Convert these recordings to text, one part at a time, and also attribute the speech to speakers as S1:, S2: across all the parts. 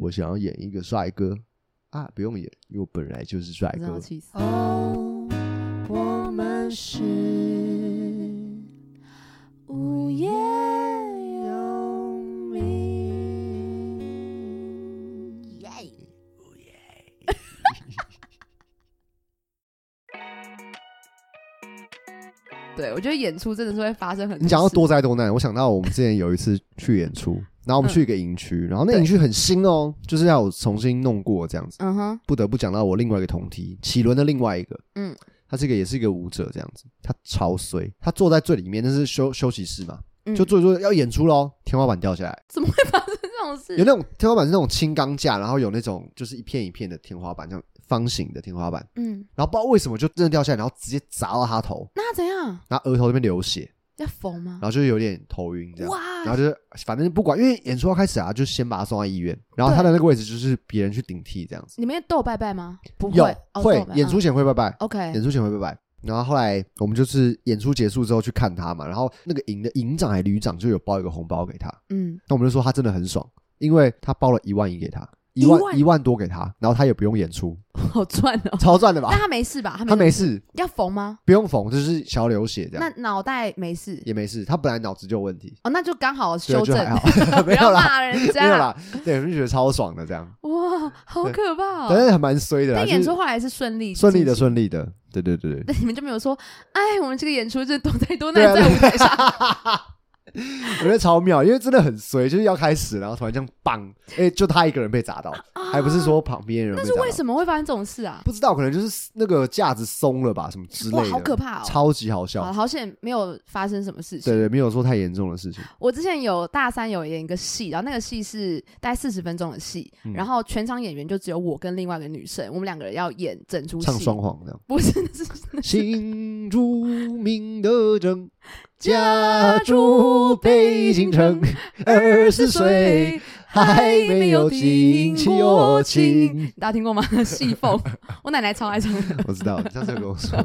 S1: 我想要演一个帅哥啊，不用演，因为我本来就是帅
S2: 真的
S1: 哥
S2: 要。气死。
S3: 哦，我们是无业游民。
S2: 对，我觉得演出真的是会发生很多。
S1: 你讲到多，灾多难，我想到我们之前有一次去演出，然后我们去一个营
S2: 嗯
S1: 区，然后那营区很新哦，就是要我重新弄过这样子。
S2: 嗯哼，
S1: 不得不讲到我另外一个同梯，启伦的另外一个，
S2: 嗯，
S1: 他这个也是一个舞者，这样子，他超衰，他坐在最里面，那是休休息室嘛，
S2: 嗯
S1: 就坐一坐要演出喽，天花板掉下来，
S2: 怎么会发生这种事？
S1: 有那种天花板是那种轻钢架，然后有那种就是一片一片的天花板，这样方形的天花板，
S2: 嗯，
S1: 然后不知道为什么就真的掉下来，然后直接砸到他头，
S2: 那怎样？
S1: 然后额头那边流血，
S2: 要缝吗
S1: 然？后就有点头晕这样。然
S2: 啊哇
S1: 后，就是，反正不管，因为演出要开始啊，就先把他送到医院，然后他的那个位置就是别人去顶替这样子。
S2: 你们都有拜拜吗？不
S1: 有
S2: 哦
S1: 会
S2: 都拜
S1: 演出
S2: 嗯
S1: 前会拜拜，
S2: OK，
S1: 演出前会拜拜。然后后来我们就是演出结束之后去看他嘛，然后那个营的营长还旅长就有包一个红包给他，
S2: 嗯，
S1: 那我们就说他真的很爽，因为他包了一万一给他，一
S2: 一万
S1: 万一万多给他，然后他也不用演出，
S2: 好赚 哦。
S1: 超赚的
S2: 但
S1: 吧？
S2: 他没事吧？他
S1: 他没
S2: 没
S1: 事，
S2: 要缝吗？
S1: 不用缝，就是小流血这
S2: 那
S1: 样，
S2: 脑袋没事
S1: 也没事。他本来脑子就有问题，
S2: 哦，那就刚好
S1: 所
S2: 修
S1: 以就
S2: 正
S1: 还， 好，
S2: 不
S1: 没有
S2: 要
S1: 啦，
S2: 骂人
S1: 没有
S2: 家。
S1: 啦，对，我就觉得超爽的这样，
S2: 哇，好
S1: 对
S2: 可怕
S1: 但
S2: 哦！
S1: 是还蛮衰的啦，
S2: 但演
S1: 就是
S2: 出后来是顺利
S1: 顺利的
S2: 进行
S1: 顺利的，对对对对。
S2: 那你们就没有说，哎，我们这个演出就是多灾多
S1: 对啊
S2: 难在舞台上，
S1: 我觉得超妙，因为真的很衰，就是要开始，然后突然这样棒，哎、就他一个人被砸到，还不是说旁边人被
S2: 啊但
S1: 砸
S2: 是
S1: 到。
S2: 为什么会发生这种事啊？
S1: 不知道，可能就是那个架子松了吧，什么 之类
S2: 哇，
S1: 的，
S2: 好可怕哦！
S1: 超级好笑。
S2: 好好险没有发生什么事
S1: 对
S2: 情。
S1: 对，没有说太严重的事情。
S2: 我之前有大三有演一个戏，然后那个戏是大概四十分钟的戏，
S1: 嗯
S2: 然后全场演员就只有我跟另外一个女生，我们两个人要演整出戏。，
S1: 唱双簧这样
S2: 不是，那是那是
S1: 新著名的证， 家住北京城，二十岁还没有经过情。
S2: 大家听过吗？ 戏凤，我奶奶超爱唱的，
S1: 我知道，你上次有跟我说，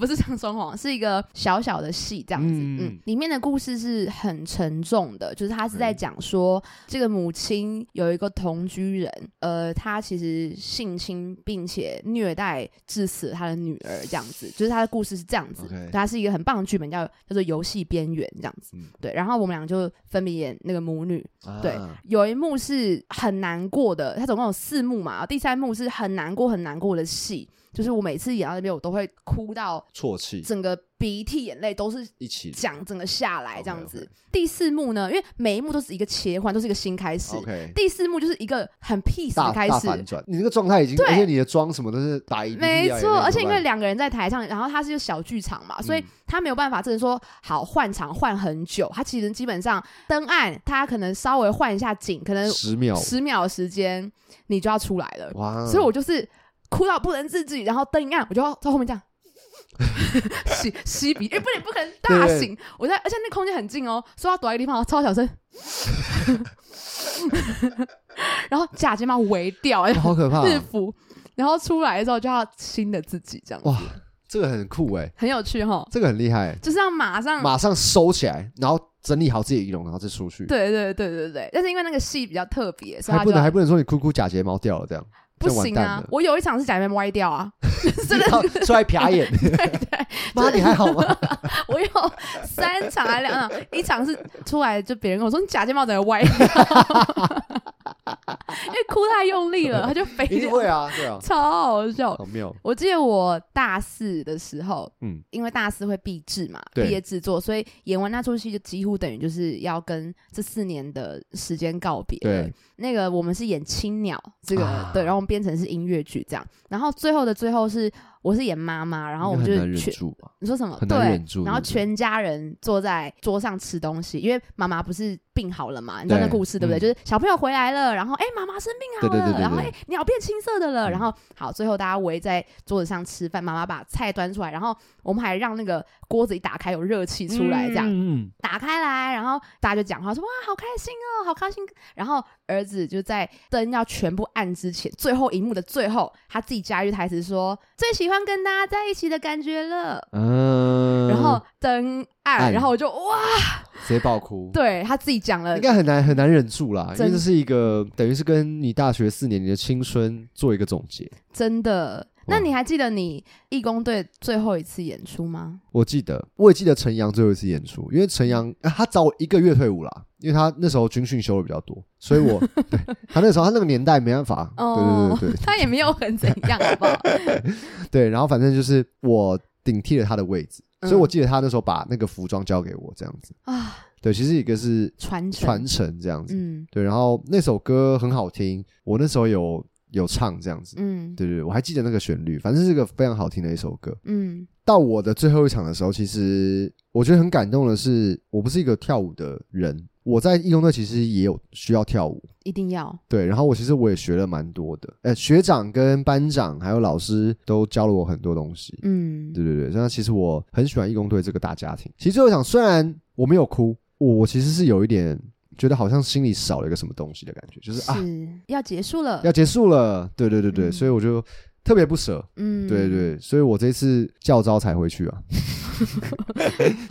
S2: 不是唱双簧，是一个小小的戏这样子。嗯
S1: 嗯
S2: 里面的故事是很沉重的，就是他是在讲说，这个母亲有一个同居人，呃，他其实性侵并且虐待致死他的女儿，这样子，就是他的故事是这样子
S1: OK。
S2: 他是一个很棒的剧本，叫叫做《游戏边缘》这样子。
S1: 嗯
S2: 对，然后我们俩就分别演那个母女， 对
S1: 啊，
S2: 有一幕是很难过的，它总共有四幕嘛，第三幕是很难过很难过的戏，就是我每次演到那边，我都会哭到
S1: 啜泣
S2: 整个鼻涕眼泪都是
S1: 一起
S2: 讲整个下来这样子。
S1: OK，OK
S2: 第四幕呢，因为每一幕都是一个切换，都是一个新开始。
S1: OK，
S2: 第四幕就是一个很 peace
S1: 大
S2: 的开
S1: 大
S2: 始，
S1: 反转，你那个状态已经，
S2: 对
S1: 而且你的妆什么都是打一，啊
S2: 没错，而且因为
S1: 两，
S2: 两个人在台上，然后它是一个小剧场嘛，所以
S1: 嗯
S2: 他没有办法真的说好换场换很久。他其实基本上登岸，他可能稍微换一下景，可能
S1: 十秒，
S2: 十秒的时间你就要出来了，
S1: 哇！
S2: 所以我就是哭到不能自己，然后灯一暗，我就要在后 面这样吸吸鼻，因为不然不可能大
S1: 对
S2: 醒。我在，而且那空间很近哦，所以要躲在一个地方，超小声， 然后假睫毛围掉，
S1: 哇好可怕
S2: 日
S1: 啊，
S2: 服，然后出来的时候就要新的自己，这样
S1: 哇，这个很酷哎，
S2: 很有趣哈，
S1: 这个很厉害，欸
S2: 就是要马上。
S1: 马上收起来，然后整理好自己的仪容，然后再出去。，
S2: 对对对对对，但是因为那个戏比较特别，所
S1: 还
S2: 以他
S1: 不
S2: 就
S1: 能
S2: 要
S1: 还不能说你哭哭假睫毛掉了这样，
S2: 不
S1: 这样
S2: 行
S1: 完蛋
S2: 啊
S1: 了！
S2: 我有一场是假睫毛歪掉啊， 真的
S1: 然后 出来瞟 眼， 妈你还好吗？
S2: 我有三场还两 场，一场是出来就别人跟我说你假睫毛怎么歪掉， 因为哭太用 力了，它就飞
S1: 一定
S2: 掉，
S1: 会啊，对啊，
S2: 超好笑。
S1: 好妙，
S2: 我记得我大四的时候，
S1: 嗯
S2: 因为大四会毕制嘛，毕
S1: 对
S2: 业制作，所以演完那出戏就几乎等于就是要跟这四年的时间告别。
S1: 对，
S2: 那个我们是演青鸟这个、
S1: 啊
S2: 对，然后我们变成是音乐剧这样，然后最后的最后是我是演妈妈，然后我们就
S1: 应该很难忍
S2: 全
S1: 住吧，
S2: 你说什么？
S1: 很
S2: 对，
S1: 难忍住
S2: 然后
S1: 对不对
S2: 全家人坐在桌上吃东西，因为妈妈不是病好了嘛？你知道那
S1: 对
S2: 故事对不对？
S1: 嗯
S2: 就是小朋友回来了，然后哎，妈妈生病好了，
S1: 对对对对对
S2: 然后哎，鸟变青色的了，
S1: 嗯
S2: 然后好，最后大家围在桌子上吃饭，妈妈把菜端出来，然后我们还让那个锅子一打开有热气出来，这样、
S1: 嗯，嗯嗯
S2: 打开来，然后大家就讲话说哇，好开心哦，好开心。然后儿子就在灯要全部暗之前，最后一幕的最后，他自己加一句台词说：“最喜欢跟大家在一起的感觉了。”
S1: 嗯，
S2: 然后灯暗，
S1: 暗
S2: 然后我就哇，
S1: 直接爆哭，，
S2: 对他自己讲了
S1: 应，该很难很难忍住啦，因为
S2: 真
S1: 这是一个等于是跟你大学四年你的青春做一个总结。
S2: 真的。那
S1: 哇
S2: 你还记得你义工队最后一次演出吗？
S1: 我记得，我也记得陈阳最后一次演出，因为陈阳、啊他早我一个月退伍啦，因为他那时候军训休的比较多，所以我 对他那时候他那个年代没办法，
S2: 哦
S1: 对对对对
S2: 他也没有很怎样，好不好？
S1: 对，然后反正就是我顶替了他的位置，
S2: 嗯
S1: 所以我记得他那时候把那个服装交给我这样子，
S2: 啊，
S1: 对，其实一个是
S2: 传承，
S1: 传承这样子，
S2: 嗯
S1: 对，然后那首歌很好听，我那时候有有唱这样子，
S2: 嗯
S1: 对对对，我还记得那个旋律，反正是个非常好听的一首歌，
S2: 嗯
S1: 到我的最后一场的时候，其实我觉得很感动的是，我不是一个跳舞的人，我在义工队其实也有需要跳舞，
S2: 一定要，
S1: 对，然后我其实我也学了蛮多的，呃，学长跟班长还有老师都教了我很多东西，
S2: 嗯
S1: 对对对，那其实我很喜欢义工队这个大家庭。其实最后一场虽然我没有哭，我我其实是有一点觉得好像心里少了一个什么东西的感觉，就是啊
S2: 是要结束了
S1: 要，结束了，对对对对，
S2: 嗯
S1: 所以我就特别不舍，
S2: 嗯，
S1: 对，对，所以我这次教招才回去 啊，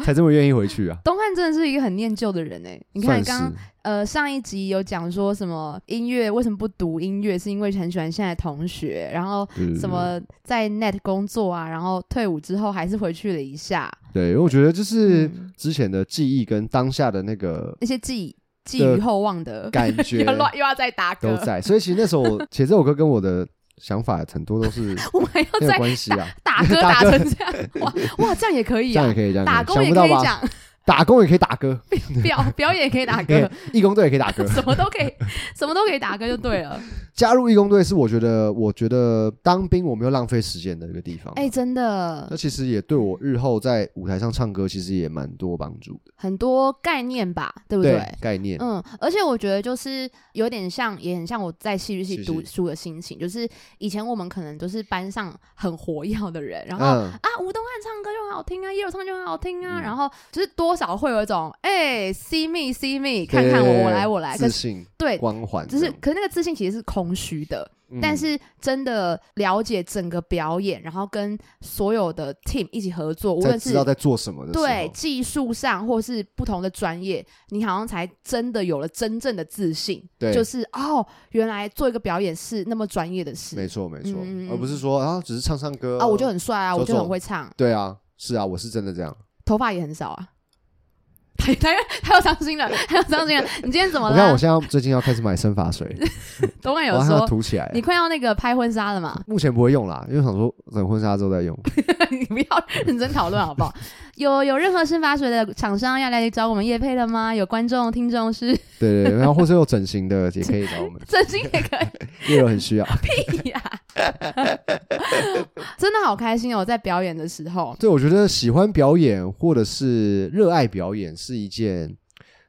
S1: 才这么愿意回去啊。
S2: 东汉真的是一个很念旧的人哎、你
S1: 算
S2: 看刚刚
S1: 是
S2: 呃上一集有讲说什么音乐为什么不读音乐，是因为很喜欢现在的同学，然后
S1: 对对对
S2: 什么在 Net 工作啊，然后退伍之后还是回去了一下，
S1: 对，因为我觉得就是
S2: 嗯
S1: 之前的记忆跟当下的那个
S2: 那些寄寄予厚望的
S1: 感
S2: 又
S1: 觉
S2: 要乱又要再打
S1: 都
S2: 嗝，
S1: 在，所以其实那时 候我写这首歌跟我的想法很多都是
S2: 我们还要
S1: 很有
S2: 再
S1: 关系啊，
S2: 打嗝
S1: 打
S2: 打
S1: 嗝
S2: 成这 样，哇哇这样也可
S1: 这
S2: 以
S1: 样
S2: 啊
S1: 也，可以，这样
S2: 打
S1: 也可
S2: 工
S1: 以想
S2: 也
S1: 不到
S2: 可以
S1: 吧？
S2: 讲，
S1: 打工也可以打歌，
S2: 表表演也可以打
S1: 对
S2: 嗝，，。
S1: 义工队也可以打歌
S2: 什么都可以，什么都可以打嗝就对 了。
S1: 加入义工队是我觉得，我觉得当兵我没有浪费时间的一个地方。
S2: 哎、真的
S1: 那其实也对我日后在舞台上唱歌，其实也蛮多帮助的，
S2: 很多概念吧，对不
S1: 概念，
S2: 嗯，而且我觉得就是有点像，也很像我在戏剧系
S1: 是
S2: 读
S1: 是
S2: 书的心情，就是以前我们可能都是班上很活跃的人，然后、
S1: 嗯，
S2: 啊，吴东汉唱歌就很好听啊，叶友唱就很好听啊，
S1: 嗯
S2: 然后就是多少会有一种哎、see me see me，看看我，我来我来，可
S1: 自
S2: 是哎
S1: 信
S2: 对。
S1: 光环这
S2: 只
S1: 样，
S2: 是，可是那个自信其实是空虚的，
S1: 嗯
S2: 但是真的了解整个表演，然后跟所有的 team 一起合作，无
S1: 在
S2: 论是
S1: 知道在做什么的时候，
S2: 对技术上或是不同的专业，你好像才真的有了真正的自信，
S1: 对
S2: 就是哦，原来做一个表演是那么专业的
S1: 没
S2: 事
S1: 错没错
S2: 嗯嗯，嗯
S1: 而不是说啊只是唱唱歌
S2: 啊，我就很帅啊，
S1: 走
S2: 我就
S1: 走
S2: 很会唱，
S1: 对啊，是啊，我是真的这样，
S2: 头发也很少啊。 他他又他又伤心了，他又伤心了。你今天怎么
S1: 我看我
S2: 了？
S1: 现在最近要开始买生发 水，
S2: 董伟
S1: 我
S2: 有
S1: 还要
S2: 说，
S1: 涂起来
S2: 你。快要那个拍婚纱了嘛？
S1: 目前不会用啦，因为想说等婚纱之后再用。
S2: 你不要认真讨论好不好？有有任何生发水的厂商要来找我们叶配了吗？有观众听众是，
S1: 对对对，然后或者有整形的也可以找我们
S2: 真心也可以。
S1: 也有很需要。
S2: 呀， 真的好开心哦！在表演的时候，
S1: 对，我觉得喜欢表演或者是热爱表演是一件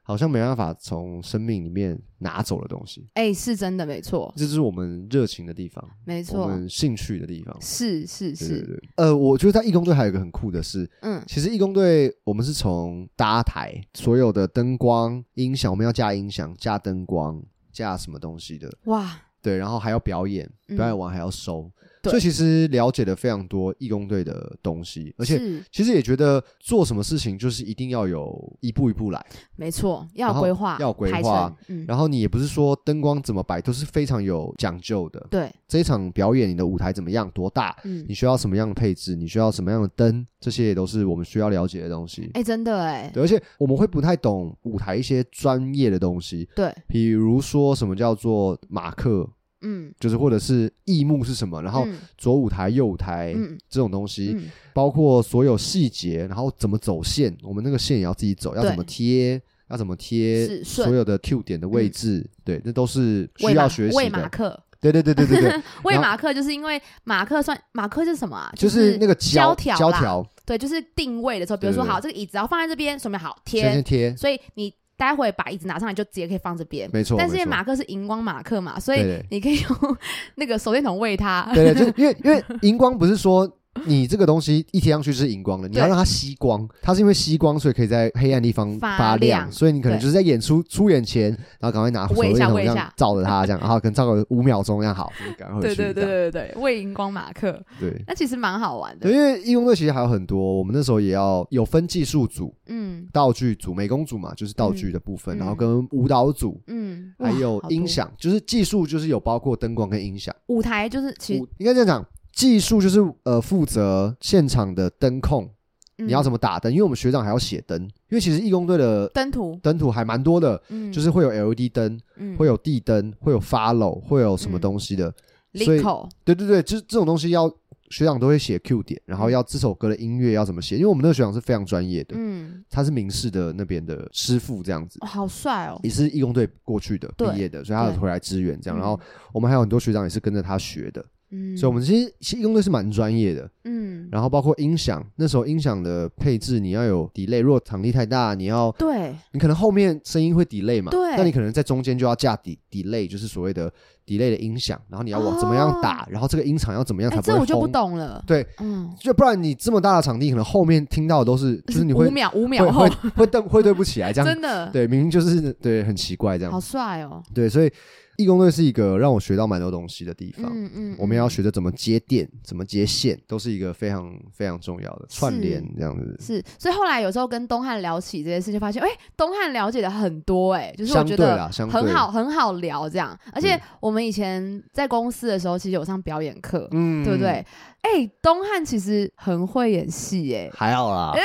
S1: 好像没办法从生命里面拿走的东西，
S2: 哎、是真的没错，
S1: 这就是我们热情的地方，
S2: 没
S1: 我
S2: 错，
S1: 们兴趣的地方。
S2: 是是
S1: 对对
S2: 是，
S1: 对，呃，我觉得在义工队还有一个很酷的是，
S2: 嗯
S1: 其实义工队我们是从搭台，所有的灯光、音响，我们要加音响、加灯光、加什么东西的，
S2: 哇，
S1: 对，然后还要表演，
S2: 嗯
S1: 表演完还要收，
S2: 对
S1: 所以其实了解了非常多义工队的东西，而且
S2: 是
S1: 其实也觉得做什么事情就是一定要有一步一步来，
S2: 没错，要
S1: 然
S2: 有
S1: 后
S2: 规划，
S1: 要有规
S2: 排
S1: 划
S2: 程，嗯，
S1: 然后你也不是说灯光怎么摆都是非常有讲究的。
S2: 对，
S1: 这一场表演，你的舞台怎么样，多大，
S2: 嗯
S1: 你，需要什么样的配置，你需要什么样的灯，这些也都是我们需要了解的东西。
S2: 哎、真的哎、
S1: 对，而且我们会不太懂舞台一些专业的东西，
S2: 对，
S1: 比如说什么叫做马克，
S2: 嗯，
S1: 就是或者是义幕是什么，然后哎
S2: 嗯
S1: 左舞台、右舞台、
S2: 嗯
S1: 这种东西，
S2: 嗯，
S1: 包括所有细节，然后怎么走线，我们那个线也要自己走，要
S2: 对
S1: 怎么贴，要怎么贴，
S2: 是顺嗯
S1: 所有的 Q 点的位置，对，那都是
S2: 喂
S1: 需要
S2: 马
S1: 学
S2: 喂
S1: 习
S2: 马
S1: 的。
S2: 克，
S1: 对对对对对 对，
S2: 喂
S1: 然后
S2: 马克，就是因为马克算马克是什么、啊？
S1: 就是那个
S2: 胶条
S1: 条胶
S2: 啦
S1: 条，
S2: 对，就是定位的时候，比如
S1: 对
S2: 说
S1: 对对
S2: 好，这个椅子要放在这边，说明好
S1: 先
S2: 贴
S1: 先，贴，
S2: 所以你待会把椅子拿上来就直接可以放这边。
S1: 没错。
S2: 但是因
S1: 没
S2: 为
S1: 错
S2: 马克是荧光马克嘛，所
S1: 对
S2: 以
S1: 对
S2: 你可以用那个手电筒喂它。
S1: 对对，就是因为因为荧光不是说你这个东西一贴上去是荧光的，你要
S2: 对
S1: 让它吸光，它是因为吸光，所以可以在黑暗地方
S2: 发
S1: 发亮，
S2: 亮
S1: 所以你可能
S2: 对
S1: 就是在演出出演前，然后赶快拿手
S2: 喂一
S1: 电
S2: 下
S1: 筒
S2: 喂
S1: 这
S2: 一
S1: 样
S2: 下
S1: 照着它，这样，然后可能照个五秒钟这样，好，就赶快回
S2: 对
S1: 去，
S2: 对对
S1: 这样
S2: 对对对，为荧光马克，
S1: 对。
S2: 那其实蛮好玩
S1: 对，
S2: 的。
S1: 因为义工队其实还有很多，我们那时候也要有分技术组、
S2: 嗯
S1: 道具组、美工组嘛，就是道具的部分，
S2: 嗯
S1: 然后跟舞蹈组，
S2: 嗯，
S1: 还
S2: 哇
S1: 有
S2: 好
S1: 音
S2: 多
S1: 响，就是技术就是有包括灯光跟音响。
S2: 舞台就是其实
S1: 舞应该这样讲，技术就是呃负责现场的灯控，你要怎
S2: 么
S1: 么打灯，因为我们学长还要写灯，因为其实义工队的
S2: 登图，
S1: 灯图还蛮多的，
S2: 嗯，
S1: 就是会有 LED 灯，
S2: 嗯
S1: 会有地灯，会有 follow，会有什么
S2: 嗯
S1: 东西的，所以
S2: l 口，
S1: 对对对，就是这种东西要学长都会写 Q 点，然后要这首歌的音乐要怎么写，因为我们那个学长是非常专业的，
S2: 嗯，
S1: 他是明视的那边的师傅这样子
S2: 哦。好帅哦，
S1: 也是义工队过去的毕
S2: 对
S1: 业的，所以他有
S2: 对
S1: 回来支援这样。然后我们还有很多学长也是跟着他学的，
S2: 嗯，
S1: 所以我们其实其实义工队是蛮专业的。
S2: 嗯，
S1: 然后包括音响，那时候音响的配置你要有 delay，如果场地太大，你要
S2: 对，
S1: 你可能后面声音会 delay 嘛，
S2: 对
S1: 那你可能在中间就要架 de delay，就是所谓的 delay 的音响，然后你要往怎么样打，然后这个音场要怎么样才
S2: 哦哎，
S1: 不会
S2: 这我就不
S1: 轰，
S2: 懂了，
S1: 对，
S2: 嗯，
S1: 就不然你这么大的场地，可能后面听到的都是就是你
S2: 五
S1: 会
S2: 秒五秒
S1: 会
S2: 后
S1: 会，会对会对不起来这样，
S2: 真的，
S1: 对，明明就是对很奇怪这
S2: 好
S1: 样，
S2: 帅哦，
S1: 对，所以义工队是一个让我学到蛮多东西的地方。
S2: 嗯嗯，
S1: 我们要
S2: 嗯
S1: 学着怎么接电，怎么接线，都是一个非常非常重要的串联这样子。
S2: 是，所以后来有时候跟东汉聊起这些事，就发现，哎、东汉了解的很多、哎，就是我
S1: 相
S2: 觉
S1: 对
S2: 得
S1: 啦，相对
S2: 很好，，很好聊这样。而且我们以前在公司的时候，其实有上表演课，
S1: 嗯
S2: 对不对？？哎、东汉其实很会演戏、
S1: 还好 啦，
S2: 哎，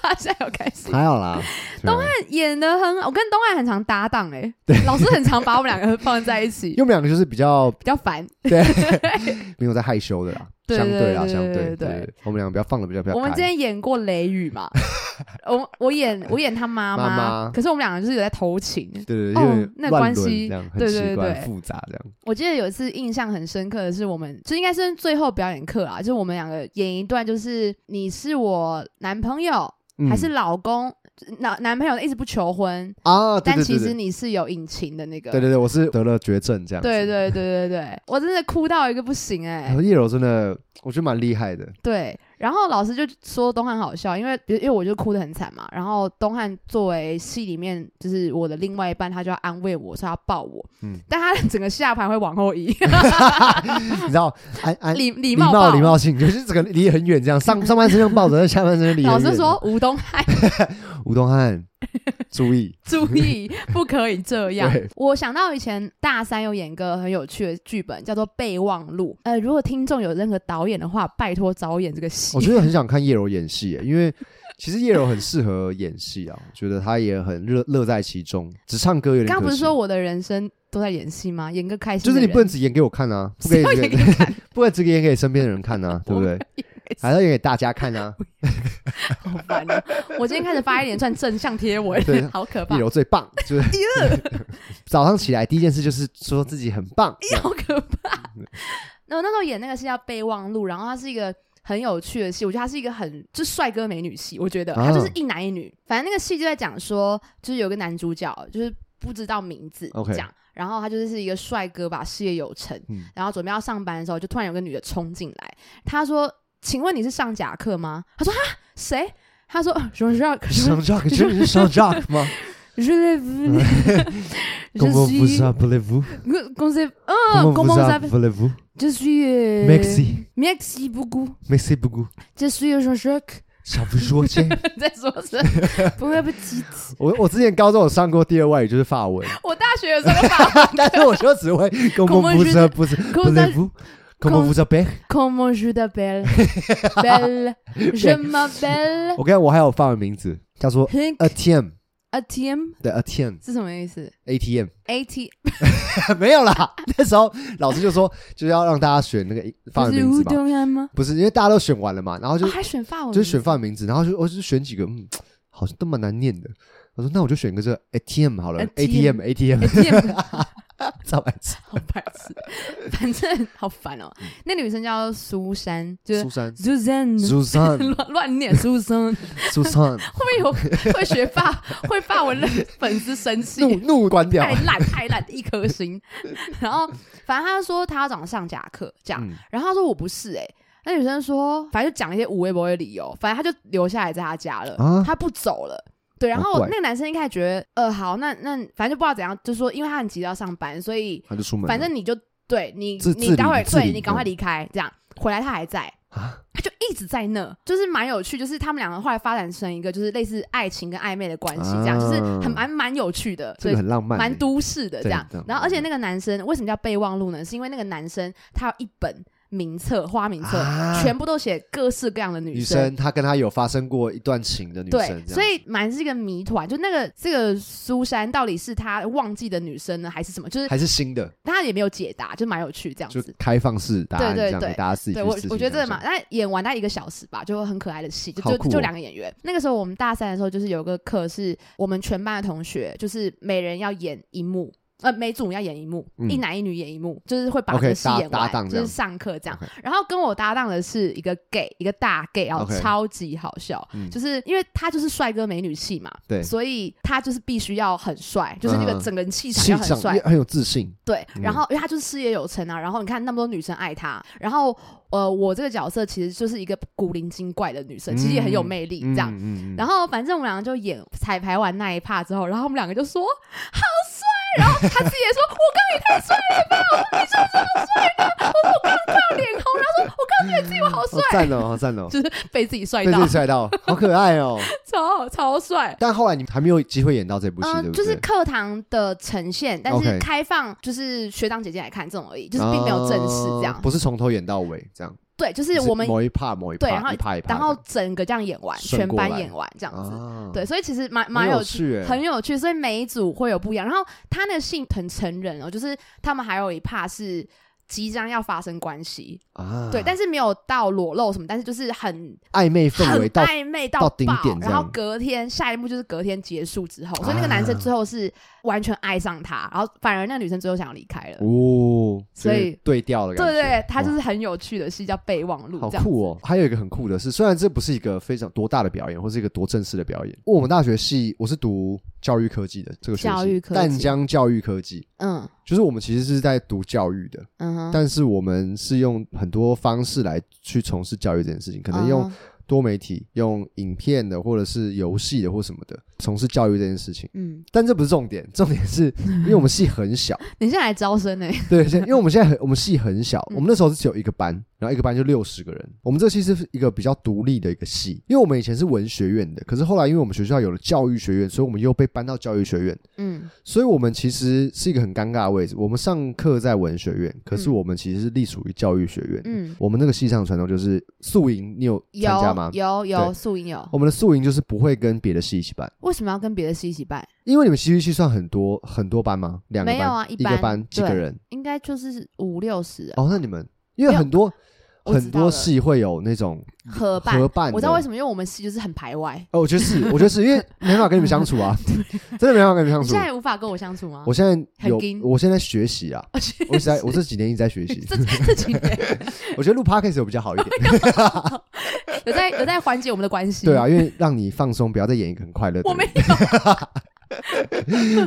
S2: 他现在有开始
S1: 还好 啦。东汉，
S2: 演的很，我跟东汉很常搭档、哎，老师很常把我们两个放在一起
S1: 因，为我们两个就是比较
S2: 比较烦。
S1: 没有在害羞的啦，
S2: 对
S1: 相
S2: 对
S1: 啦，
S2: 对
S1: 相
S2: 对
S1: 对
S2: 对对，
S1: 我们两个比较放的比较比较开。
S2: 我们之前演过《雷雨》 嘛，我我演我演他妈
S1: 妈妈
S2: 可是我们两个就是有在偷情，
S1: 对对，
S2: 哦
S1: 因为
S2: 那
S1: 乱
S2: 关
S1: 伦
S2: 系
S1: 这样很
S2: 对对
S1: 奇怪，
S2: 对对
S1: 复杂这样。
S2: 我记得有一次印象很深刻的是，我们就应该是最后表演课啦，啊就是我们两个演一段，就是你是我男朋友、
S1: 嗯
S2: 还是老公，男男朋友一直不求婚，
S1: 啊？对
S2: 但
S1: 对
S2: 其
S1: 对
S2: 实
S1: 对，
S2: 你是有隐情的那个。
S1: 对对对，我是得了绝症这样。
S2: 对。对对对对我真的哭到一个不行哎、
S1: 叶柔真的，我觉得蛮厉 害的。
S2: 对，然后老师就说东汉好笑，因为因为我就哭得很惨嘛。然后东汉作为戏里面就是我的另外一半，他就要安慰我，说要抱我，
S1: 嗯
S2: 但他整个下盘会往后移，
S1: 你知道，安安
S2: 礼礼
S1: 礼貌
S2: 貌抱
S1: 礼貌性，就是整个离很远这样，上上半身像抱着，下半身离很
S2: 老
S1: 远。
S2: 师说吴东汉
S1: 吴东汉，注 意，
S2: 注意，不可以这 样
S1: 对。
S2: 我想到以前大三有演个很有趣的剧本，叫做《备忘录》。呃，如果听众有任何导演的话，拜托找我演这个戏
S1: 我。觉得很想看叶柔演戏耶，因为其实叶柔很适合演戏啊，我觉得她也很乐乐在其中，只唱歌有点可惜。
S2: 刚刚不是说我的人生都在演戏吗？演个开心
S1: 就是
S2: 的人，
S1: 你不能只演给我看啊，不可
S2: 谁
S1: 以
S2: 要演
S1: 只
S2: 给
S1: 给
S2: 你看？
S1: 不可以只演给身边的人看啊，对不 对？还要演给大家看啊！
S2: 好烦哦！我今天开始发一连串正向贴文
S1: 对，
S2: 好可怕
S1: 叶，柔最棒，就是早上起来第一件事就是说自己很棒，这样
S2: 好可怕。
S1: 嗯
S2: 那我那时候演那个戏叫《备忘录》，然后它是一个很有趣的戏，我觉得它是一个很就是帅哥美女戏，我觉得
S1: 啊
S2: 它就是一男一女，反正那个戏就在讲说，就是有个男主角就是不知道名字
S1: OK
S2: 讲然后他就是是一个帅哥吧，事业有成，
S1: 嗯
S2: 然后准备要上班的时候，就突然有个女的冲进来，他说：“请问你是上甲课吗？”他说：“哈，谁？”他说：“呃什么时候？
S1: 上 Jack 真的是上 Jack 吗？Comment vous appelez-vous?
S2: 公公司，
S1: Comment
S2: 嗯，公
S1: vous
S2: 司不
S1: appelez-vous?
S2: 就是呃
S1: Merci,
S2: Maxi 不顾，
S1: merci beaucoup.
S2: 这是有什 shock？
S1: Ça vous joue, tiens
S2: 在说什 不会不急。
S1: 我我之前高中有上过第二外语就是法文，
S2: 我大学的时候 把
S1: 但是我就只会 Comment
S2: Comment
S1: vous
S2: je-
S1: a- vous-
S2: Comment-
S1: appelez-vous? Comment vous appelez?
S2: Comment je t'appelle Belle Je m'appelle
S1: 啊 我跟你讲我还有法文名字叫做
S2: Hank
S1: ATM
S2: ATM
S1: 对 ATM
S2: 是什么意思
S1: ATM
S2: ？AT
S1: 没有啦， 那时候老师就说就是要让大家选那个法
S2: 不
S1: 文
S2: 是
S1: 名字
S2: 乌
S1: 嘛，
S2: 冬安吗？
S1: 不是因为大家都选完了嘛，然后就
S2: 哦，还选法文名字？
S1: 就是选法文名字，然后就我就选几个，嗯，好像都蛮难念的。我说那我就选个这 ATM 好了
S2: ATM
S1: ，ATM ATM，
S2: ATM
S1: 超白痴。
S2: 好白痴，反正好烦哦。那女生叫苏珊，就是
S1: 苏珊
S2: Susan。
S1: ，Susan
S2: 乱乱念苏 珊，
S1: Susan，
S2: 会不会有会学法会法文的粉丝生气？
S1: 怒怒关掉
S2: 太。烂太烂，一颗星。然后反正他说他要找上甲课这样，
S1: 嗯
S2: 然后他说我不是哎、那女生说，反正就讲一些无微不的理由，反正他就留下来在他家了，
S1: 啊
S2: 他不走了。对，然
S1: 好
S2: 后
S1: 怪
S2: 那个男生一开始觉得，呃，好，那那反正就不知道怎样，就说因为他很急着要上班，所以
S1: 他就出门了，
S2: 反正你就对你
S1: 自自
S2: 你
S1: 理
S2: 待会儿
S1: 自理
S2: 对你赶快
S1: 嗯
S2: 离开，这样回来他还在，
S1: 啊，
S2: 他就一直在那，就是蛮有趣，就是他们两个后来发展成一个就是类似爱情跟暧昧的关系，这样、就是很蛮蛮有趣的，
S1: 啊这
S2: 对
S1: 个，很浪漫欸，
S2: 蛮都市的这样
S1: 对很浪。漫嗯
S2: 然后而且那个男生为什么叫备忘录呢？是因为那个男生他有一本名册，花名册，
S1: 啊
S2: 全部都写各式各样的女
S1: 女生，她跟他有发生过一段情的女生，
S2: 对，
S1: 这样
S2: 所以蛮是一个谜团，就那个这个苏珊到底是他忘记的女生呢，还是什么？就是
S1: 还是新的，
S2: 他也没有解答，就蛮有趣这样
S1: 就
S2: 子。
S1: 开放式答案
S2: 对
S1: 这
S2: 对
S1: 样，
S2: 对
S1: 给大家自己
S2: 对
S1: 去
S2: 我
S1: 自，行
S2: 我觉得这
S1: 想
S2: 嘛，
S1: 象
S2: 那演完大概一个小时吧，就很可爱的戏，就
S1: 好
S2: 就
S1: 酷
S2: 就
S1: 哦
S2: 两个演员。那个时候我们大三的时候，就是有个课是我们全班的同学，就是每人要演一幕。呃，每组要演一幕，
S1: 嗯
S2: 一男一女演一幕，就是会把
S1: OK，
S2: 这个戏
S1: 搭
S2: 演
S1: 搭档
S2: 完，
S1: 这
S2: 就
S1: 样
S2: 是上课这样
S1: OK。
S2: 然后跟我搭档的是一个 gay，一个大 gay，然后
S1: OK
S2: 超级好笑，
S1: 嗯
S2: 就是因为他就是帅哥美女系嘛，
S1: 对
S2: 所以他就是必须要很帅，就是那个
S1: 嗯
S2: 整个人气场
S1: 气
S2: 要很
S1: 场
S2: 帅
S1: 也，很有自信，
S2: 对，然
S1: 嗯
S2: 后因为他就是事业有成啊，然后你看那么多女生爱他，然后呃，我这个角色其实就是一个古灵精怪的女生，其实也很有
S1: 嗯
S2: 魅力这
S1: 嗯
S2: 样。
S1: 嗯嗯
S2: 然后反正我们两个就演彩排完那一趴之后，然后我们两个就说好帅，然后他自己也说我刚你太帅了吧，我说你是不是好帅呢？我说我刚刚看到脸红，然后说我刚刚觉得自己我好
S1: 好
S2: 帅，
S1: 赞哦，好赞哦，
S2: 就是被自己帅
S1: 被自
S2: 到
S1: 己，帅到，好可爱 哦。
S2: 超超帅。
S1: 但后来你还没有机会演到这部戏，对
S2: 嗯，
S1: 不对？
S2: 就是课堂的呈现，但是
S1: OK
S2: 开放就是学长姐姐来看这种而已，就是并没有正式这样
S1: 哦。不是从头演到尾这样。
S2: 对，就是我们
S1: 某一趴某一
S2: 对
S1: 趴，
S2: 然后
S1: 一趴一趴这
S2: 然
S1: 样，
S2: 后整个这样演完，
S1: 顺
S2: 全
S1: 过来
S2: 班演完这样子。
S1: 啊
S2: 对，，所以其实蛮
S1: 很
S2: 蛮
S1: 有
S2: 有趣。
S1: 趣欸，
S2: 很有趣，所以每一组会有不一样。然后他那个戏很成人哦，就是他们还有一怕是即将要发生关系，
S1: 啊，
S2: 对，但是没有到裸露什么，但是就是很
S1: 暧昧氛围
S2: 很
S1: 到
S2: 暧昧到
S1: 到
S2: 爆
S1: 顶点这
S2: 然
S1: 样
S2: 后隔天下一幕就是隔天结束之后，所以那个男生
S1: 啊
S2: 最后是完全爱上他，然后反而那个女生最后想要离开了。
S1: 哦，
S2: 所以
S1: 就是对调的
S2: 对
S1: 感觉，
S2: 对对，他就是
S1: 哇。
S2: 很有趣的戏，叫《备忘录
S1: 好》
S2: 这样子。
S1: 酷哦！还有一个很酷的是，虽然这不是一个非常多大的表演，或是一个多正式的表演。我们大学系我是读教育科技的这个学系，
S2: 教育科技
S1: 淡江教育科技，
S2: 嗯
S1: 就是我们其实是在读教育的，
S2: 嗯哼，
S1: 但是我们是用很多方式来去从事教育这件事情，可能用
S2: 嗯哼
S1: 多媒体、用影片的，或者是游戏的或什么的，从事教育这件事情。
S2: 嗯，
S1: 但这不是重点，重点是因为我们系很小，
S2: 你现在来招生呢、
S1: 对，现因为我们现在很我们系很小，
S2: 嗯
S1: 我们那时候是只有一个班，然后一个班就六十个人。我们这系是一个比较独立的一个系，因为我们以前是文学院的，可是后来因为我们学校有了教育学院，所以我们又被搬到教育学院，
S2: 嗯
S1: 所以我们其实是一个很尴尬的位置。我们上课在文学院，可是
S2: 嗯
S1: 我们其实是隶属于教育学院。
S2: 嗯，
S1: 我们那个系上的传统就是宿营，你有参加吗
S2: 有？有
S1: 对哦
S2: 有素营有，
S1: 我们的宿营就是不会跟别的系一起办，
S2: 为什么要跟别的系一起办？
S1: 因为你们戏剧系算很多很多班吗？两个班
S2: 没有啊
S1: 一
S2: 一班
S1: 个班几个
S2: 对
S1: 人？
S2: 应该就是五六十啊
S1: 哦，那你们因为
S2: 没有
S1: 很多
S2: 我知
S1: 很
S2: 道
S1: 多
S2: 了
S1: 戏会有那种
S2: 合办。
S1: 嗯合办的，
S2: 我知道为什么，因为我们系就是很排外。
S1: 哦，我觉得是，我觉得是因为没办法跟你们相处 啊，真的没办法跟你们相
S2: 你
S1: 处
S2: 现。在也无法跟我相处啊吗？
S1: 我现在
S2: 很
S1: 有，
S2: 硬
S1: 我现在学习啊，我一直在，我这几年一直在 学习。
S2: 这这几 年
S1: 我觉得录 podcast 有比较好一点，
S2: 有在有在缓解我们的关系。
S1: 对啊，，因为让你放松，不要再演一个很快乐的人。
S2: 我没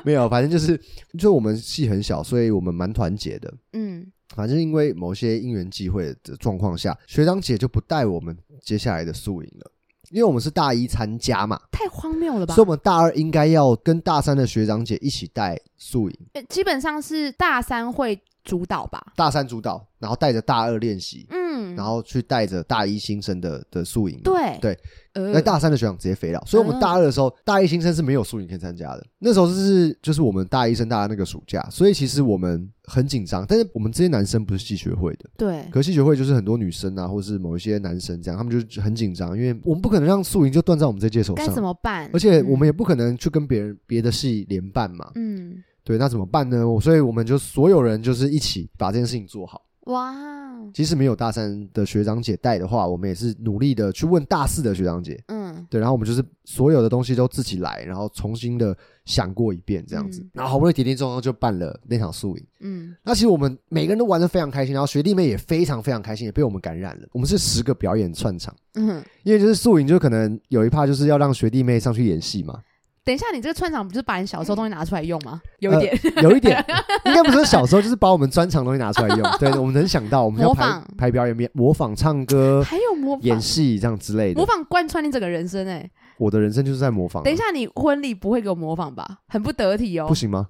S1: 没有，反正就是，就我们戏很小，所以我们蛮团结的。
S2: 嗯
S1: 反正因为某些因缘际会的状况下，学长姐就不带我们接下来的宿营了，因为我们是大一参加嘛，
S2: 太荒谬了吧
S1: 所以？我们大二应该要跟大三的学长姐一起带宿营，
S2: 呃基本上是大三会主导吧。
S1: 大三主导，然后带着大二练习，
S2: 嗯，
S1: 然后去带着大一新生的的宿营嘛。
S2: 对嗯
S1: 对，那
S2: 呃，
S1: 大三的学长直接肥了，所以我们大二的时候，大一新生是没有宿营可以参加的。那时候就是就是我们大一升大二那个暑假，所以其实我们很紧张，但是我们这些男生不是系学会的。
S2: 对
S1: 可是戏学会就是很多女生啊，或是某一些男生这样，他们就是很紧张，因为我们不可能让宿营就断在我们这届手
S2: 该怎
S1: 上，
S2: 么办？
S1: 而且我们
S2: 也
S1: 也不可能去跟别人别的系联办嘛，
S2: 嗯
S1: 对，那怎么办呢？我所以我们就所有人就是一起把这件事情做好。
S2: 哇哦
S1: 即使没有大三的学长姐带的话，我们也是努力的去问大四的学长姐，
S2: 嗯
S1: 对，然后我们就是所有的东西都自己来，然后重新的想过一遍这样子，
S2: 嗯
S1: 然后好不容易跌跌撞撞就办了那场宿营。
S2: 嗯
S1: 那其实我们每个人都玩的非常开心，然后学弟妹也非常非常开心，也被我们感染了。我们是十个表演串场，
S2: 嗯，
S1: 因为就是宿营，就可能有一趴就是要让学弟妹上去演戏嘛，
S2: 等一下，你这个串场不就是把你小时候东西拿出来用吗？有一
S1: 呃
S2: 点，
S1: 有一点，应该不是小时候，就是把我们专长的东西拿出来用。 对，我们能想到，我们要
S2: 模
S1: 排
S2: 仿
S1: 排表演、模仿、唱歌、
S2: 还有模仿
S1: 演，戏这样之类
S2: 模
S1: 的。
S2: 仿贯穿你整个人生哎、
S1: 我的人生就是在模仿啊。
S2: 等一下，你婚礼不会给我模仿吧？很不得体哦
S1: 不，行 吗？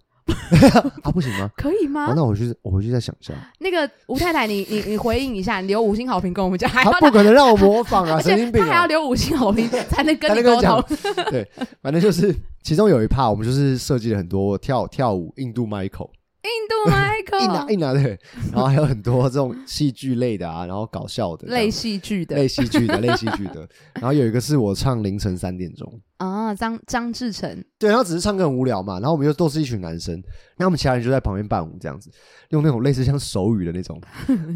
S1: 啊，不行吗？
S2: 可以
S1: 啊，
S2: 吗？
S1: 那我回去，我回去再想一下。
S2: 那个吴太太，你你你回应一下，你留五星好评跟我们讲，还要
S1: 他不可能让我模仿啊，
S2: 而
S1: 神经
S2: 且
S1: 病
S2: 他还要
S1: 啊！
S2: 留五星好 评才能跟
S1: 才
S2: 你
S1: 能跟
S2: 沟
S1: 我讲
S2: 通。
S1: 反正就是其中有一趴，我们就是设计了很多跳跳舞、印度 Michael、
S2: 印 度
S1: 硬拿
S2: Michael
S1: 硬拿的，然后还有很多这种戏剧类的啊，然后搞笑的这样
S2: 类戏剧的
S1: 类戏剧的类戏剧 的，然后有一个是我唱凌晨三点钟。
S2: 啊，张张志成，
S1: 对，然后只是唱歌很无聊嘛，然后我们又都是一群男生，那我们其他人就在旁边伴舞这样子，用那种类似像手语的那 种，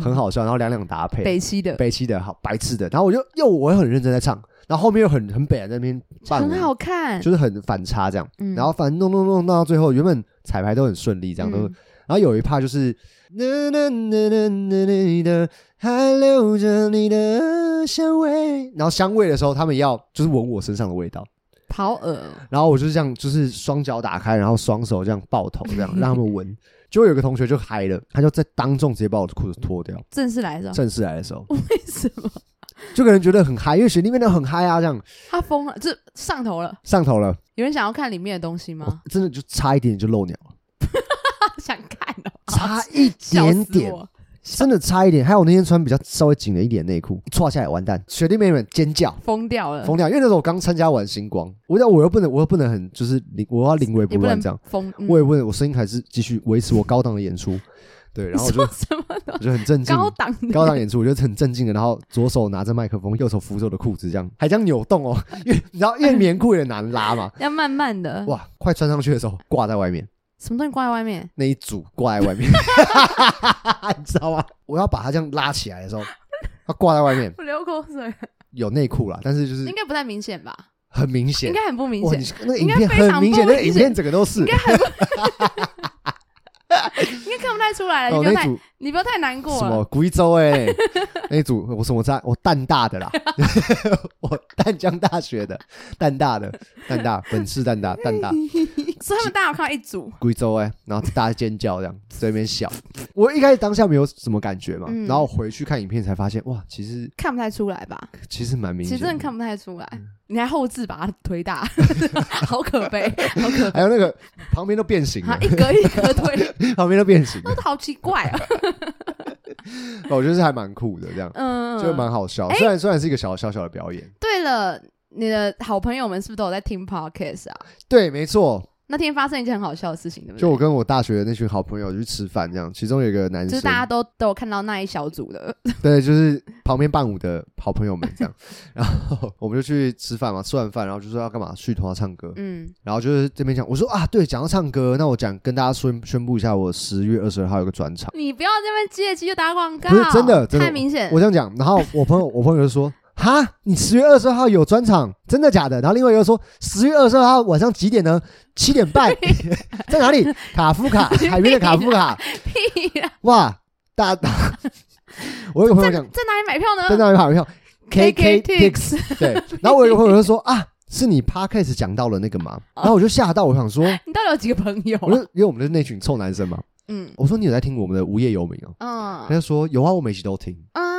S1: 很好笑，然后两两搭配，
S2: 北西的，
S1: 北七的好白痴的，然后我就又我很认真在唱，然后后面又很很北在那边伴舞，
S2: 很好看。
S1: 就是很反差这样。
S2: 嗯
S1: 然后反正弄弄弄弄到最后，原本彩排都很顺利，这样都。
S2: 嗯
S1: 然后有一趴就是，呐呐呐呐呐呐的，还留着你的香味。然后香味的时候，他们要就是闻我身上的味道，
S2: 陶尔，
S1: 然后我就这样，就是双脚打开，然后双手这样抱头，这样让他们 闻。结果有一个同学就嗨了，他就在当众直接把我的裤子脱掉。
S2: 正式来着，
S1: 正式来的时候，
S2: 为什么
S1: 就可能觉得很嗨，因为雪地面的很嗨啊，这样
S2: 他疯了？这上头了？
S1: 上头了，
S2: 有人想要看里面的东西
S1: 我
S2: 吗？
S1: 真的就差一点就漏鸟了，
S2: 想看哦，
S1: 差一
S2: 笑
S1: 点
S2: 死
S1: 点，
S2: 我！
S1: 真的差一点。还有我那天穿比较稍微紧了一点内裤，歘下来完蛋，雪地妹们尖叫
S2: 疯掉了，
S1: 疯掉，因为那时候我刚参加完星光，我要我又不能我又不能很就是临我要临危
S2: 也
S1: 不
S2: 不
S1: 乱
S2: 能
S1: 这样，
S2: 疯。嗯
S1: 我也不能我声音还是继续维持我高档的演出，对，
S2: 你
S1: 然后我就
S2: 说什么呢
S1: 我？就很镇静。
S2: 高档的
S1: 高档演出，我就很镇静的，然后左手拿着麦克风，右手扶着我的裤子，这样还这样扭动哦，因为你知道，因为棉裤也难拉嘛，
S2: 要慢慢的，
S1: 哇，快穿上去的时候挂在外面，
S2: 什么东西挂在外面？
S1: 那一组挂在外 面，你知道吗？我要把它这样拉起来的时候，它挂在外面，
S2: 我流口水，
S1: 有内裤啦，但是就是
S2: 应该不太明显吧？
S1: 很明
S2: 应
S1: 显，
S2: 该很不明
S1: 哇，
S2: 显
S1: 你，那个
S2: 应
S1: 影
S2: 该
S1: 片
S2: 非常
S1: 很明显，
S2: 不
S1: 那个
S2: 明
S1: 影
S2: 显
S1: 片整个都是
S2: 应。该很不，应该看不太出来了。你
S1: 哦，
S2: 不要
S1: 那
S2: 太，
S1: 组
S2: 你不要太难过
S1: 什么
S2: 了。
S1: 贵州 哎，那组我什么在，我淡大的啦， 我淡江大学的，淡大的，淡大，本市淡 大，淡
S2: 哎
S1: 大，
S2: 所以他们大家有看到一组，
S1: 贵州哎，然后大家尖叫这样，在那边笑。我一开始当下没有什么感觉嘛，
S2: 嗯
S1: 然后回去看影片才发现，哇，其实
S2: 看不太出来吧？
S1: 其实蛮明
S2: 其
S1: 显，嗯
S2: 实真的看不太出来。你还后置把它 推大，好可悲，好可
S1: 还有那个旁边都变形
S2: 怕
S1: 了，
S2: 一格啊一格推，
S1: 旁边都变形了，哦
S2: 好奇怪啊。
S1: 我觉得是还蛮酷的，这样
S2: 嗯，
S1: 就蛮好笑。虽然虽然是一个小小小的表演，
S2: 对了，你的好朋友们是不是都有在听 podcast 啊？
S1: 对，没错。
S2: 那天发生一件很好笑的事情，对不对？
S1: 就我跟我大学的那群好朋友去吃饭，这样，其中有一个男
S2: 就
S1: 生
S2: 是，大家都都有看到那一小组 的，
S1: 对，就是旁边伴舞的好朋友们 这样，然后我们就去吃饭嘛，吃完饭然后就说要干嘛，去同他唱歌，
S2: 嗯，
S1: 然后就是这边讲，我说啊，对，讲到唱歌，那我讲跟大家宣宣布一下，我十月二十二号有个专场，
S2: 你不要这边借机就打广告，
S1: 不是真的真的
S2: 太明显。
S1: 我这样讲，然后我朋友我朋友就说。哈，你十月二十二号有专场，真的假的？然后另外一个说，十月二十二号晚上几点呢？七点 半，在哪里？卡夫卡，海边的卡夫卡。
S2: 屁啦
S1: 哇，大 大，我有个朋友讲，
S2: 在嗯哪里买票
S1: 在
S2: 呢
S1: 那里跑票，KK Tix。
S2: Tix，
S1: 对，然后我有个朋友就说啊，是你 Podcast 讲到了那个吗？
S2: 哦
S1: 然后我就吓到，我想 说，
S2: 你到底有几个朋友啊？
S1: 我就因为我们是那群臭男生嘛，
S2: 嗯
S1: 我说你有在听我们的无业游民哦、
S2: 嗯
S1: 他就说有啊，我每集都听。
S2: 啊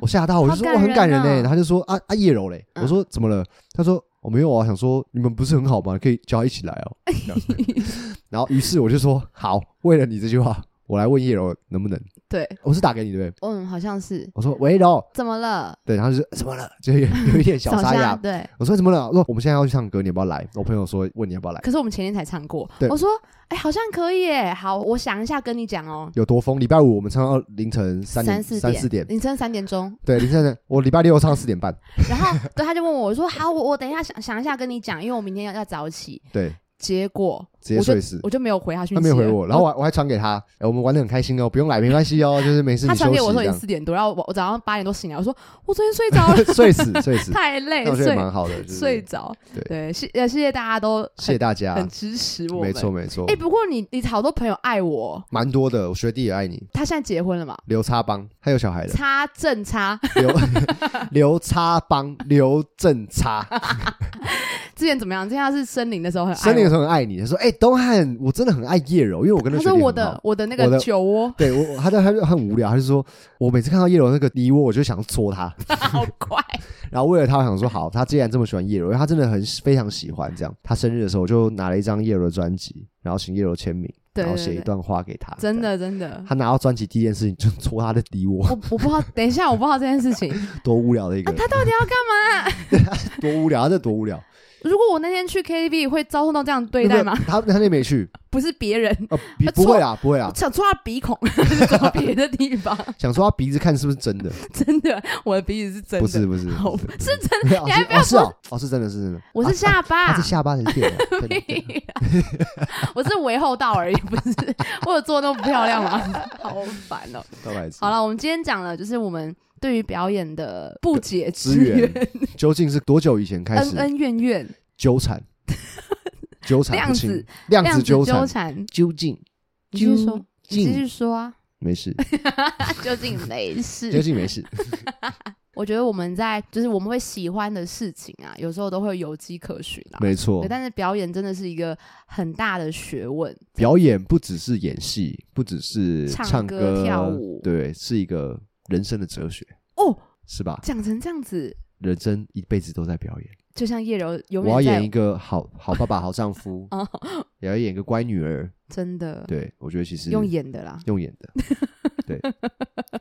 S1: 我吓到，我就说
S2: 好
S1: 哇，
S2: 感
S1: 很感人
S2: 人
S1: 呢、
S2: 哦
S1: 然后他就说啊啊叶柔嘞，
S2: 嗯
S1: 我说怎么了？他说我、没有啊，想说你们不是很好吗？可以叫他一起来哦、这样 然后于是我就说好，为了你这句话，我来问叶柔能不能。
S2: 对，
S1: 我是打给你对不对？
S2: 嗯，好像是。
S1: 我说喂柔，
S2: 怎么了？
S1: 对，然后就是怎么了？就有有一点 小沙
S2: 下
S1: 哑。
S2: 对。
S1: 我说怎么了？我说我们现在要去唱歌，你要不要来？我朋友说问你要不要来，
S2: 可是我们前天才唱过
S1: 对，
S2: 我说，哎、好像可以耶，好，我想一下跟你讲哦、
S1: 有多疯？礼拜五我们唱到凌晨三点
S2: 四
S1: 三四点，
S2: 凌晨三点钟，
S1: 对，凌晨三我礼拜六唱四点半，
S2: 然 后对他就问我，我说好，我我等一下想想一下跟你讲，因为我明天要要早起。
S1: 对，
S2: 结果
S1: 直接睡死。
S2: 我就没有回他讯息
S1: 他
S2: 了，
S1: 没有回我，然后我还我还传给他，哎我们玩的很开心哦，不用来，没关系 哦，就是没事
S2: 他
S1: 你
S2: 传
S1: 休息
S2: 给我说
S1: 这
S2: 已经
S1: 样
S2: 四点多，然后我我早上八点多醒来，我说我昨天睡着了，
S1: 睡死睡 死，
S2: 太累
S1: 那我觉得
S2: 哦睡
S1: 蛮好的，就是
S2: 睡着，
S1: 对
S2: 对，谢呃谢谢大家都
S1: 谢谢大家，
S2: 很支持我们，
S1: 没错。没错
S2: 哎，，不过你你好多朋友爱我，
S1: 蛮多的，我学弟也爱你，
S2: 他现在结婚了嘛？
S1: 刘叉 帮，他有小孩了，
S2: 差 正差，
S1: 刘刘叉帮，刘正叉，
S2: 之前怎么样？之前他是森林的时候很爱我
S1: 森林的时候很爱你，他说：“哎、东汉，我真的很爱叶柔，因为我跟
S2: 他
S1: 那学
S2: 说
S1: 弟
S2: 我
S1: 很
S2: 的
S1: 好。
S2: 我的那
S1: 我
S2: 个
S1: 的
S2: 酒窝
S1: 对我，他就他就很无聊，他就说我每次看到叶柔那个梨窝，我就想戳他。
S2: 好快，
S1: 然后为了他，我想说好，他既然这么喜欢叶柔，因为他真的很非常喜欢这样。他生日的时候，我就拿了一张叶柔的专辑，然后请叶柔签名，
S2: 对
S1: 然后
S2: 对
S1: 写一
S2: 对
S1: 段话给他。
S2: 真
S1: 这样，
S2: 的 真的。
S1: 他拿到专辑第一件事情就戳他的梨窝，
S2: 我我不知道，等一下我不知道这件事情。
S1: 多无聊的一个人，
S2: 哦他到底要干 嘛？
S1: 多无聊，他这多无聊。
S2: 如果我那天去 KTV 会遭受到这样的对待吗？
S1: 他他那没去，
S2: 不是别人，
S1: 呃，比
S2: 他
S1: 不
S2: 戳
S1: 会啦，不会啦
S2: 我，想戳他鼻孔， 戳别的地方。
S1: 想说他鼻子看是不是真的，
S2: 真的，我的鼻子是真的。
S1: 不是不是，
S2: 好
S1: 不
S2: 是真
S1: 没有
S2: 你还
S1: 是
S2: 不要
S1: 哦是哦，哦是真的是真的，啊
S2: 我是下巴，
S1: 他是下巴才是 垫的，真的真的
S2: 屁啊 我是围后道而已，不是我有做那么漂亮 吗？好烦哦、
S1: 告白词
S2: 好，了，我们今天讲了，就是我们对于表演的不解
S1: 资
S2: 之
S1: 源
S2: 缘，
S1: 究竟是多久以前开
S2: 恩
S1: 始
S2: 恩怨怨，
S1: 纠 缠？纠缠不
S2: 量
S1: 清
S2: 子，
S1: 量
S2: 量
S1: 子
S2: 子
S1: 纠
S2: 纠
S1: 缠，
S2: 缠。
S1: 究竟
S2: 你继续说，你继
S1: 竟
S2: 续说 啊，
S1: 没事，
S2: 究竟没事
S1: 究竟没 事，
S2: 我觉得我们在就是我们会喜欢的事情啊，有时候都会有迹可循啊。
S1: 没错
S2: 对，。但是表演真的是一个很大的学问。
S1: 表演不只是演戏，不只是
S2: 唱
S1: 唱
S2: 歌跳舞
S1: 对，是一个人生的哲学，
S2: 哦，
S1: 是吧？
S2: 讲成这样子，
S1: 人生一辈子都在表演。
S2: 就像叶柔永
S1: 我要
S2: 远在，
S1: 演一个好好爸爸、好丈夫
S2: 哦，
S1: 也要演一个乖女 儿。
S2: 真的，
S1: 对，我觉得其实
S2: 用演的啦。
S1: 用演 的，对，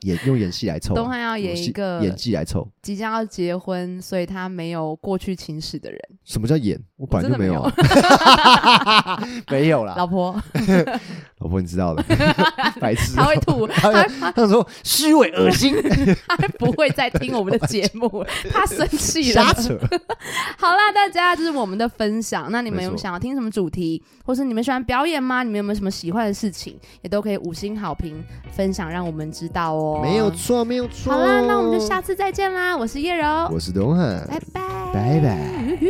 S1: 演用演戏来凑啊，
S2: 东汉要演
S1: 用
S2: 一
S1: 戏
S2: 个
S1: 演技来凑。
S2: 即将要结婚，所以他没有过去情史的人，
S1: 什么叫演？我本来就
S2: 真的
S1: 没有啊， 没有啦
S2: 老，婆，
S1: 老婆你知道 的，白痴
S2: 他
S1: 哦。
S2: 会吐，
S1: 他
S2: 他
S1: 他他说虚伪恶心，
S2: 他不会再听我们的节目，他生气 了
S1: 瞎。扯。
S2: 好啦，大家这是我们的分享。那你们
S1: 没错
S2: 有想要听什么主题，或是你们喜欢表演吗？你们有没有什么喜欢的事情，也都可以五星好评分享，让我们知道哦。
S1: 没有。错，没有错。
S2: 好啦，那我们就下次再见啦。我是叶柔，
S1: 我是东汉，
S2: 拜拜，
S1: 拜拜。
S2: 嗯哼